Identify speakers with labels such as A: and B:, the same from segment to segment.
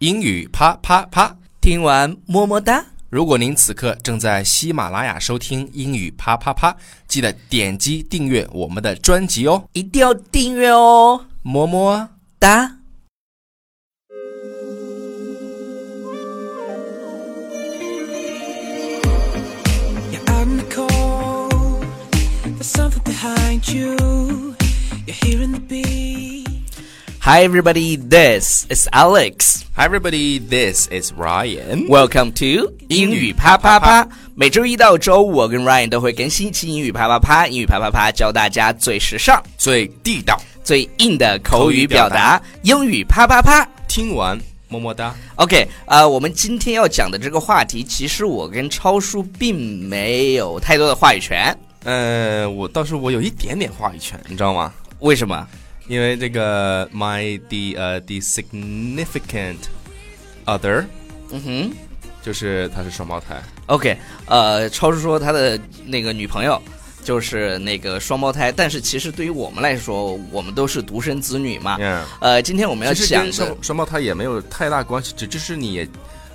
A: 英语啪啪啪。
B: 听完么么哒，
A: 如果您此刻正在喜马拉雅收听英语啪啪啪，记得点击订阅我们的专辑哦，啊
B: 一定要订阅哦，
A: 么么
B: 哒。
C: You're out in the cold. There's something behind you. You're hearing the beat.
B: Hi everybody, this is Alex.
A: ，Hi everybody, this is Ryan。
B: Welcome to 英语啪啪啪。每周一到周五，我跟 Ryan 都会更新一期英语啪啪啪。英语啪啪啪教大家最时尚、
A: 最地道，
B: 最硬的口语表达。英语啪啪啪。
A: 听完么么哒。
B: OK，呃，我们今天要讲的这个话题，其实我跟超叔并没有太多的话语权。
A: 呃，我倒是我有一点点话语权，你知道吗？
B: 为什么？
A: 因为这个 my the 呃、the significant other
B: 嗯哼。
A: 就是他是双胞胎，
B: OK，呃，超叔说他的那个女朋友就是那个双胞胎，但是其实对于我们来说，我们都是独生子女嘛。
A: 嗯，
B: 呃，今天我们要
A: 其实
B: 讲
A: 跟
B: 的
A: 双双胞胎也没有太大关系，只就是你也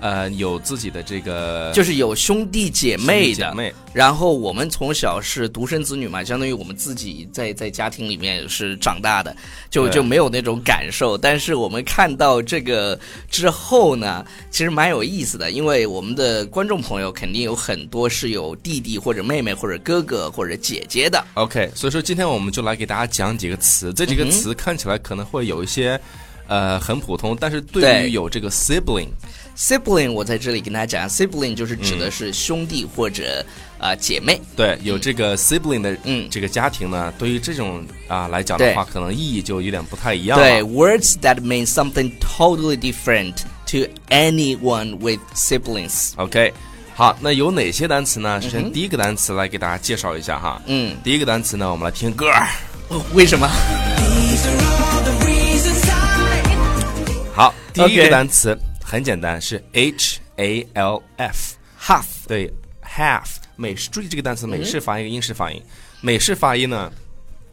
A: 呃有自己的这个
B: 就是有兄弟姐妹
A: 姐
B: 的，
A: 妹，
B: 然后我们从小是独生子女嘛，相当于我们自己在在家庭里面是长大的，就
A: 对
B: 就没有那种感受。但是我们看到这个之后呢，其实蛮有意思的，因为我们的观众朋友肯定有很多是有弟弟或者妹妹或者哥哥或者姐姐的。
A: OK，所以说今天我们就来给大家讲几个词，这几个
B: 嗯哼
A: 词看起来可能会有一些，呃，很普通，但是对
B: 对
A: 于有这个 sibling，
B: Sibling，我在这里跟大家讲，sibling 就是指的是兄弟或者啊、呃姐妹。
A: 对有这个 sibling 的
B: 嗯
A: 这个家庭呢，对于这种啊来讲的话，可能意义就有点不太一样了。
B: 对，words that mean something totally different to anyone with siblings。
A: ，OK，好，那有哪些单词呢？首先第一个单词来给大家介绍一下哈，
B: 嗯，
A: 第一个单词呢，我们来听歌儿。
B: 哦为什么？
C: These are all the reasons I.
A: 好，第一
B: OK
A: 个单词很简单，是 H A L F。
B: half
A: 对，half 美式注意这个单词，美式发音跟英式发音。美式发音呢，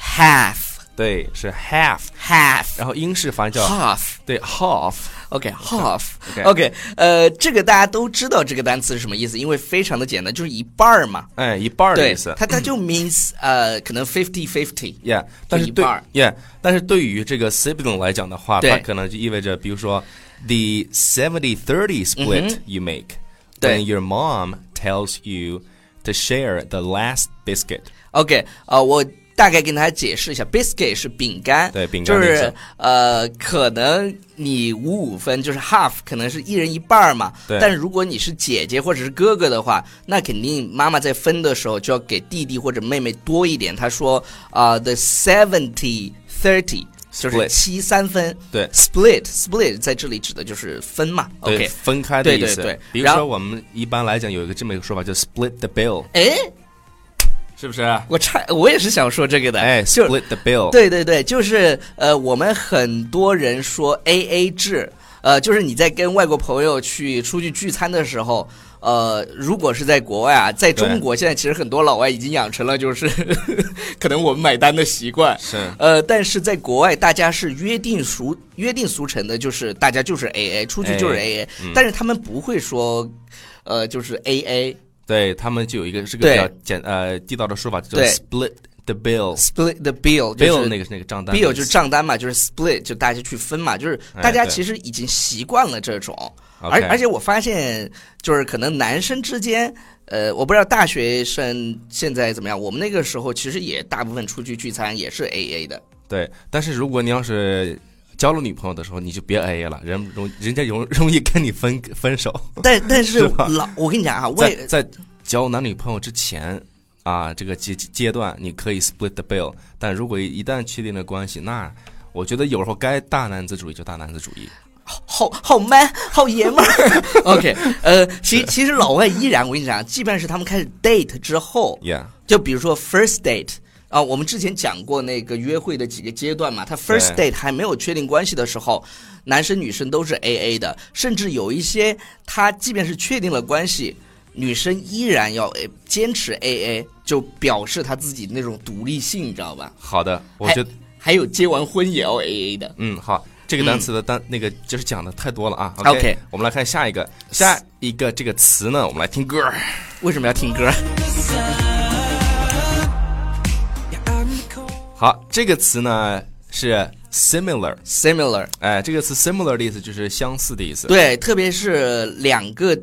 B: half
A: 对，是 half，
B: half
A: 然后英式发音叫
B: half
A: 对 half。
B: OK half
A: OK
B: OK 呃，这个大家都知道这个单词是什么意思，因为非常的简单，就是一半儿嘛。
A: 哎，一半儿的
B: 对
A: 意思，。
B: 它它就 means 呃，可能 fifty fifty。
A: Yeah，但是
B: 一
A: 对
B: 半儿
A: Yeah，但是对于这个 sibling 来讲的话，
B: 对
A: 它可能就意味着，比如说 the seventy thirty split you make
B: 嗯对
A: when your mom tells you to share the last biscuit。
B: OK，呃，我大概跟大家解释一下，biscuit 是饼干，
A: 对饼干
B: 就
A: 的意
B: 是
A: 思
B: 呃，可能你五五分就是 half，可能是一人一半儿嘛。
A: 对
B: 但如果你是姐姐或者是哥哥的话，那肯定妈妈在分的时候就要给弟弟或者妹妹多一点。她说啊、t h e seventy thirty。就是
A: Split
B: 七三分，
A: 对
B: ，split split 在这里指的就是分嘛
A: 对，
B: ，OK，
A: 分开的
B: 对
A: 意
B: 对
A: 思。
B: 对
A: 比如
B: 然
A: 说
B: 后
A: 我们一般来讲有一个这么一个说法，叫 split the bill，
B: 哎，
A: 是不是啊？
B: 我差，我也是想说这个的，
A: 哎
B: 就是
A: ，split the bill，，
B: 对对对，就是呃，我们很多人说 A A 制，呃，就是你在跟外国朋友去出去聚餐的时候。呃，如果是在国外啊，在中
A: 对
B: 国现在其实很多老外已经养成了就是 可能我们买单的习惯，
A: 是
B: 呃，但是在国外大家是约定俗约定俗成的，就是大家就是 A A，出去就是
A: 哎
B: A A，、但
A: 嗯
B: 是他们不会说，呃，就是 A A
A: 对他们就有一个这个
B: 对
A: 比较简呃地道的说法，叫
B: 对
A: split the bill，bill
B: split the bill，就是
A: 那个是那个账单
B: bill 就是账单嘛，就是 split 就大家去分嘛，就是大家
A: 哎对
B: 其实已经习惯了这种，
A: OK
B: 而而且我发现就是可能男生之间，呃，我不知道大学生现在怎么样，我们那个时候其实也大部分出去聚餐也是 A A 的，
A: 对，但是如果你要是交了女朋友的时候，你就别 AA 了，人容人家容容易跟你分分手。
B: 但但是
A: 是吧
B: 老我跟你讲啊，我
A: 在
B: 也
A: 在交男女朋友之前啊，这个阶阶段你可以 split the bill，但如果一旦确定了关系，那我觉得有时候该大男子主义就大男子主义。
B: 好好 man 好爷们儿 ，OK，呃，其其实老外依然我跟你讲，基本上是他们开始 date 之后，
A: Yeah，
B: 就比如说 first date 啊，我们之前讲过那个约会的几个阶段嘛，他 first
A: 对
B: date 还没有确定关系的时候，男生女生都是 A A 的，甚至有一些他即便是确定了关系，女生依然要 A 坚持 A A，就表示她自己那种独立性，你知道吧？
A: 好的，我
B: 还
A: 觉得
B: 还有结完婚也要 A A 的，
A: 嗯好。这个单
B: 嗯
A: 词的单、那个就是讲的太多了啊。
B: OK
A: 我们来看下一个，下一个这个词呢，我们来听歌儿。
B: 为什么要听 歌？
C: Yeah, I'm cold.
A: 好，这个词呢是 similar，
B: similar，
A: 哎，这个词 similar 的意思就是相似的意思。，
B: 对，特别是两个，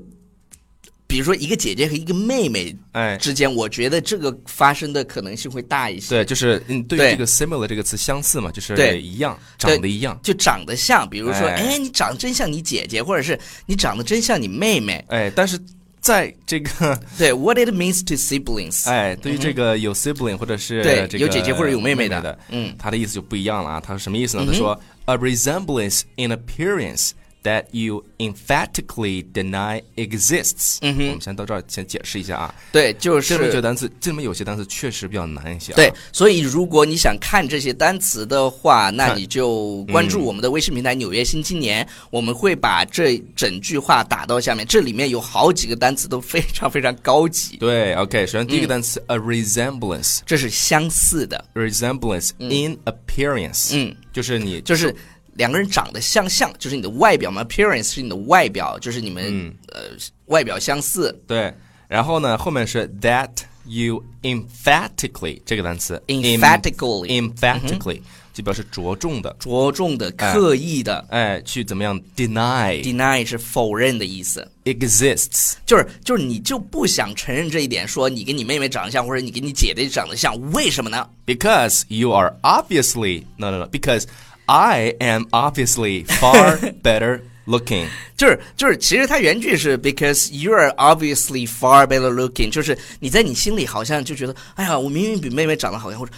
B: 比如说一个姐姐和一个妹妹
A: 哎，
B: 之间，我觉得这个发生的可能性会大一些。
A: 对，就是嗯，对于
B: 对
A: 这个 similar 这个词相似嘛，就是
B: 对
A: 一样，
B: 对
A: 长得一样。
B: 就长得像，比如说，
A: 哎
B: 哎，你长得真像你姐姐，或者是你长得真像你妹妹。
A: 哎，但是在这 个
B: 对，what it means to siblings，、
A: 哎，对于这个有 sibling 或者是
B: 对
A: 这个
B: 有姐姐或者有妹
A: 妹
B: 妹
A: 的，
B: 的嗯
A: 他的意思就不一样了啊。他是什么意思呢？他说，a resemblance in appearance that you emphatically deny exists。
B: 嗯哼
A: 我们先到这儿，先解释一下啊。
B: 对，就
A: 这里面这个
B: 是
A: 单词，这里面有些单词确实比较难一些、啊。
B: 对。所以如果你想看这些单词的话，那
A: 看
B: 你就关注我们的微信平台《纽约新青年》，我们会把这整句话打到下面。这里面有好几个单词都非常非常高级，
A: 对，OK，首先第一个
B: 嗯
A: 单词、a resemblance。
B: 这是相似的，
A: resemblance in appearance，
B: 嗯，
A: 就是你
B: 就是。两个人长得相像，就是你的外表嘛，appearance 是你的外表，就是你们、呃外表相似，
A: 对，然后呢，后面是 that you emphatically 这个单词
B: Emphatically 嗯
A: em- emphatically、就表示着重的，
B: 着重的、刻意的、
A: 哎，去怎么样 deny
B: deny 是否认的意思，
A: exists，
B: 就是就是你就不想承认这一点，说你跟你妹妹长得像，或者你跟你姐姐长得像，为什么呢？
A: Because you are obviously no no no. Because I am obviously far better looking.
B: 就是就是，其实它原句是 because you are obviously far better looking，就是你在你心里好像就觉得，哎呀，我明明比妹妹长得好看，或者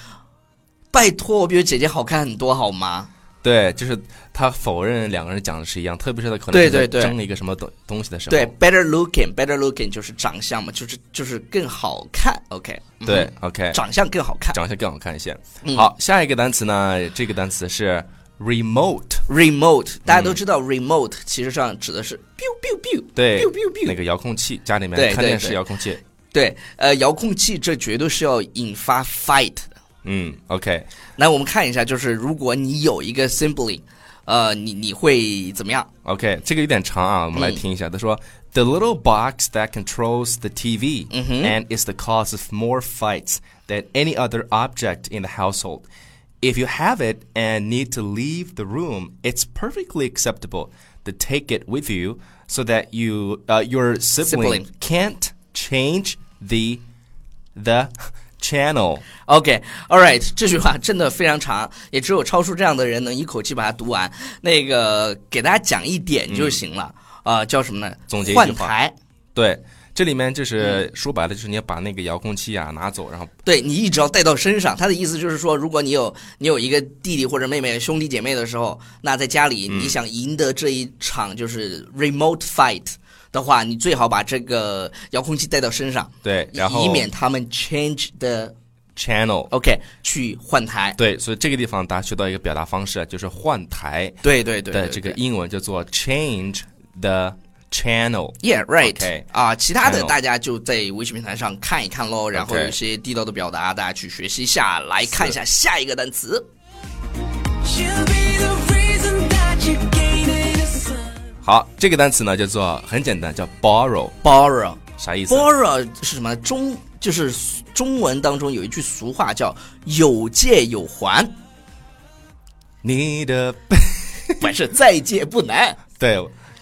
B: 拜托我比我姐姐好看很多，好吗？
A: 对，就是他否认两个人讲的是一样，特别是他可能
B: 对
A: 是在
B: 对对
A: 整理一个什么东东西的时候，
B: 对，better looking，better looking 就是长相嘛，就是就是更好看，OK，嗯
A: 对，OK，
B: 长相更好看
A: 长相更好看一些。
B: 嗯
A: 好，下一个单词呢？这个单词是 remote，
B: ，remote，
A: 嗯
B: 大家都知道 remote 其实上指的是 biu biu biu，
A: 对
B: biu biu biu，
A: 那个遥控器，家里
B: 对
A: 面
B: 对
A: 看电视
B: 对
A: 遥控器。
B: 对，呃，遥控器这绝对是要引发 fight 的。
A: 嗯，OK，
B: 来，我们看一下，就是如果你有一个 sibling，呃，你你会怎么样？
A: OK，这个有点长啊，我们来听一下。他说：“The little box that controls the TV and is the cause of more fights than any other object in the household. If you have it and need to leave the room, it's perfectly acceptable to take it with you so that you uh, your sibling,
B: Sibling.
A: can't change the the channel.”
B: OK，All、right，这句话真的非常长，也只有超叔这样的人能一口气把它读完。那个给大家讲一点就行了，啊、叫什么呢？
A: 嗯总结一句话
B: 换台。
A: 对，这里面就是、说白了，就是你要把那个遥控器啊拿走，然后
B: 对你一直要带到身上，他的意思就是说，如果你有你有一个弟弟或者妹妹、兄弟姐妹的时候，那在家里
A: 嗯
B: 你想赢得这一场就是 remote fight 的话，你最好把这个遥控器带到身上，
A: 对，然后
B: 以免他们 change the
A: channel。
B: OK 去换台。
A: 对，所以这个地方大家学到一个表达方式，啊就是换台
B: 对对对
A: 的这个英文叫做 change the channel。
B: Yeah, right.
A: OK
B: 啊，其他的
A: Channel
B: 大家就在微信平台上看一看喽，然后
A: OK
B: 有一些地道的表达，大家去学习一下。来看一下下一个单词，
C: She'll be the reason that you gain innocence.
A: 好，这个单词呢叫做很简单，叫 borrow，
B: borrow。
A: 啥意思啊
B: borrow 是什么？中就是中文当中有一句俗话叫“有借有还
A: 你的”，
B: 不是再借不难。
A: 对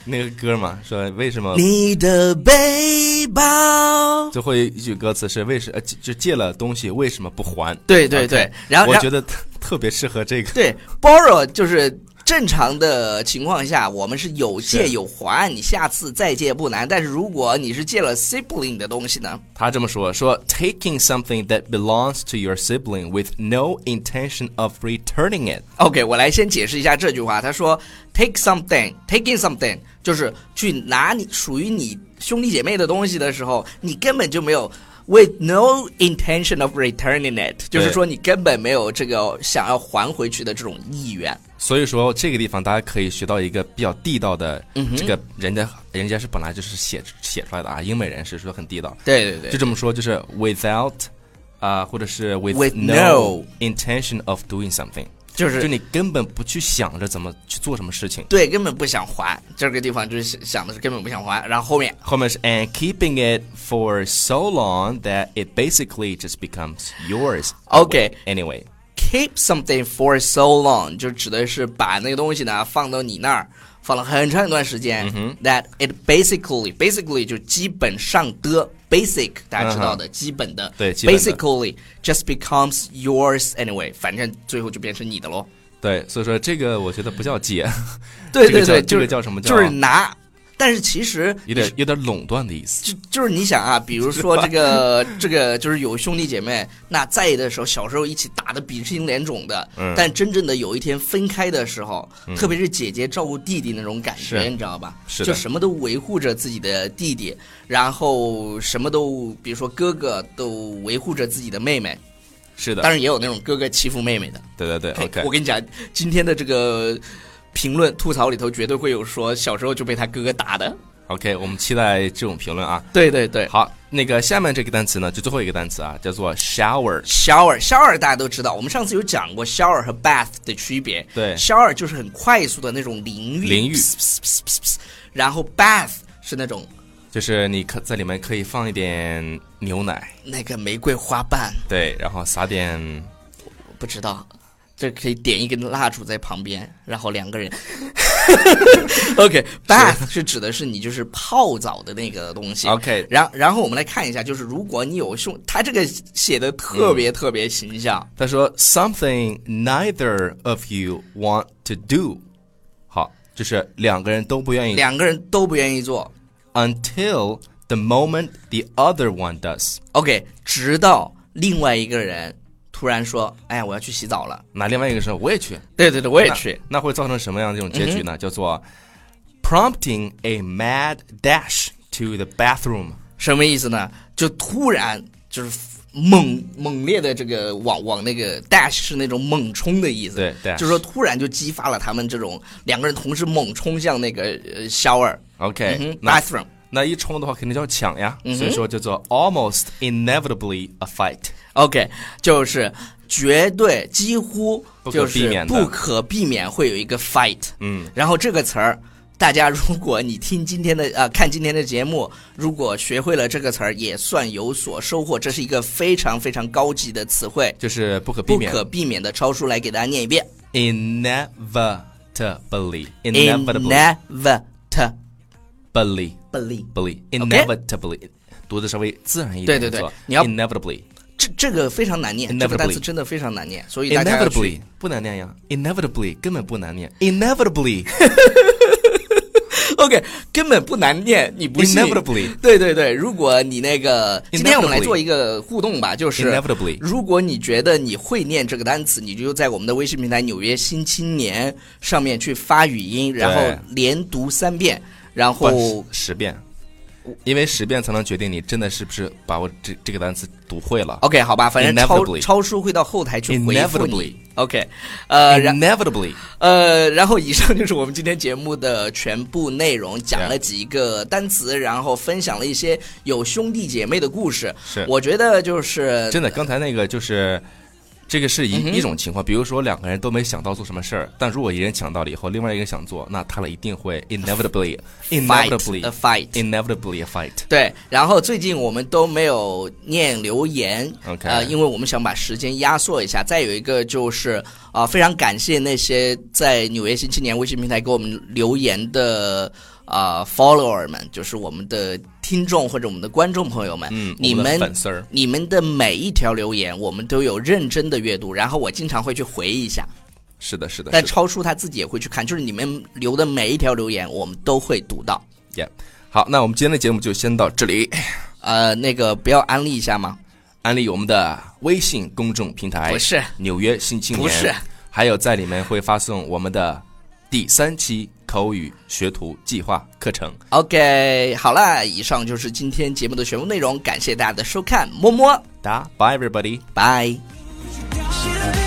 A: 那个歌嘛，说为什么
B: 你的背包。
A: 最后一句歌词是为什呃就借了东西为什么不还？
B: 对对对
A: OK，
B: 然后
A: 我
B: 然后
A: 觉得特特别适合这个。
B: 对，borrow 就是正常的情况下，我们是有借
A: 是
B: 有还，你下次再借不难。但是如果你是借了 sibling 的东西呢？
A: 他这么说：说 taking something that belongs to your sibling with no intention of returning it。
B: OK，我来先解释一下这句话。他说，take something，taking something 就是去拿你属于你兄弟姐妹的东西的时候，你根本就没有 with no intention of returning it，就是说你根本没有这个想要还回去的这种意愿。
A: 所以说这个地方大家可以学到一个比较地道的，这个人家人家是本来就是写写出来的啊，英美人士说很地道，
B: 对对
A: 就这么说，就是 without 啊、或者是 with,
B: With no
A: intention of doing something，
B: 就是
A: 就你根本不去想着怎么去做什么事情。
B: 对，根本不想还这个地方，就是想想的是根本不想还。然后后面
A: 后面是 and keeping it for so long that it basically just becomes yours.
B: Okay.
A: Anyway.
B: keep something for so long 就指的是把那个东西呢放到你那儿放了很长一段时间、that it basically basically 就基本上的 basic 大家知道的、嗯基本的
A: 对基本的
B: basically just becomes yours anyway，反正最后就变成你的喽。
A: 对，所以说这个我觉得不叫 借，
B: 对
A: 这个
B: 对
A: 叫
B: 对，就
A: 这
B: 是
A: 个叫什么叫
B: 就是拿，但是其实
A: 有点有点垄断的意思。
B: 就就是你想啊，比如说这 个 这个，就是有兄弟姐妹，那在的时候，小时候一起打的鼻青脸肿的，
A: 嗯
B: 但真正的有一天分开的时候，特别是姐姐照顾弟弟那种感觉，
A: 是
B: 你知道吧？
A: 是的
B: 就什么都维护着自己的弟弟，然后什么都，比如说哥哥都维护着自己的妹妹，
A: 是的
B: 当，然也有那种哥哥欺负妹妹的。
A: 对对对，OK
B: 我。跟你讲，今天的这个评论吐槽里头，绝对会有说小时候就被他哥哥打的。
A: OK，我们期待这种评论啊。
B: 对对对，
A: 好，那个下面这个单词呢，就最后一个单词啊，叫做 shower。
B: shower shower 大家都知道，我们上次有讲过 shower 和 bath 的区别。
A: 对
B: ，shower 就是很快速的那种淋浴，
A: 淋浴
B: 噗噗噗噗噗然后 bath 是那种
A: 就是你可在里面可以放一点牛奶，
B: 那个玫瑰花瓣，
A: 对，然后撒点，
B: 不知道，这可以点一根蜡烛在旁边，然后两个人。OK，bath 是指的是你就是泡澡的那个东西。
A: OK
B: 然然后我们来看一下，就是如果你有胸，他这个写的特
A: 嗯
B: 别特别形象。
A: 他说 something neither of you want to do。好，就是两个人都不愿意
B: 两个人都不愿意做，
A: until the moment the other one does。
B: OK，直到另外一个人突然说：“哎呀，我要去洗澡了。
A: 那另外一个说我也去，”
B: 对对对，我也
A: 那
B: 去。
A: 那会造成什么样的这种结局呢？叫做 prompting a mad dash to the bathroom。
B: 什么意思呢？就突然就是猛猛烈的这个往往那个 dash 是那种猛冲的意思，
A: 对，dash
B: 就是说突然就激发了他们这种两个人同时猛冲向那个呃 shower，
A: OK，、
B: 嗯哼
A: 那
B: ，bathroom。
A: 那一冲的话肯定就要抢呀，所以说叫做 almost inevitably a fight。
B: OK，就是绝对几乎
A: 不可
B: 就是
A: 避免的
B: 不可避免会有一个 fight。
A: 嗯，
B: 然后这个词儿，大家如果你听今天的啊、看今天的节目，如果学会了这个词儿，也算有所收获。这是一个非常非常高级的词汇，
A: 就是不可避
B: 不
A: 免
B: 可避免的。超叔来给大家念一遍
A: inevitably inevitably
B: ，inevitably。
A: bly inevitably 读的稍微自然一点，
B: 对对对
A: 叫做
B: 你要
A: inevitably
B: 这这个非常难念，这个
A: Inevitably
B: 单词真的非常难念，所以大家要去
A: inevitably 不难念呀，inevitably 根本不难念，inevitably
B: OK，根本不难念，你不信
A: Inevitably
B: 对对对，如果你那个，今天我们来做一个互动吧，就是
A: Inevitably
B: 如果你觉得你会念这个单词，你就在我们的微信平台《纽约新青年》上面去发语音，然后连读三遍，然后
A: 不十遍，因为十遍才能决定你真的是不是把我这这个单词读会了。
B: OK 好吧，反正超
A: Inevitably
B: 超叔会到后台去回复
A: Inevitably
B: 你。OK，呃，然
A: inevitably
B: 呃，然后以上就是我们今天节目的全部内容，讲了几个单词，然后分享了一些有兄弟姐妹的故事。
A: 是
B: 我觉得就是
A: 真的，刚才那个就是，这个是
B: 嗯
A: 一、一种情况，比如说两个人都没想到做什么事儿，但如果一人想到了以后，另外一个人想做，那他俩一定会 inevitably
B: fight
A: inevitably
B: a fight。
A: inevitably fight。
B: 对，然后最近我们都没有念留言
A: OK
B: 呃，因为我们想把时间压缩一下。再有一个就是啊、非常感谢那些在纽约新青年微信平台给我们留言的啊、follower 们，就是我们的听众或者我们的观众朋友们，
A: 嗯，
B: 你
A: 我的
B: 们
A: 粉丝儿，
B: 你们的每一条留言，我们都有认真的阅读，然后我经常会去回一下。
A: 是的，是的，
B: 但
A: 是的
B: 超叔他自己也会去看，就是你们留的每一条留言，我们都会读到。
A: Yeah 好，那我们今天的节目就先到这里。
B: 呃，那个不要安利一下吗？
A: 安利我们的微信公众平台，
B: 不是
A: 纽约新青年，
B: 不是，
A: 还有在里面会发送我们的第三期口语学徒计划课程。
B: OK，好啦，以上就是今天节目的全部内容，感谢大家的收看，么么，
A: 哒，Bye everybody。
B: 拜。
C: Should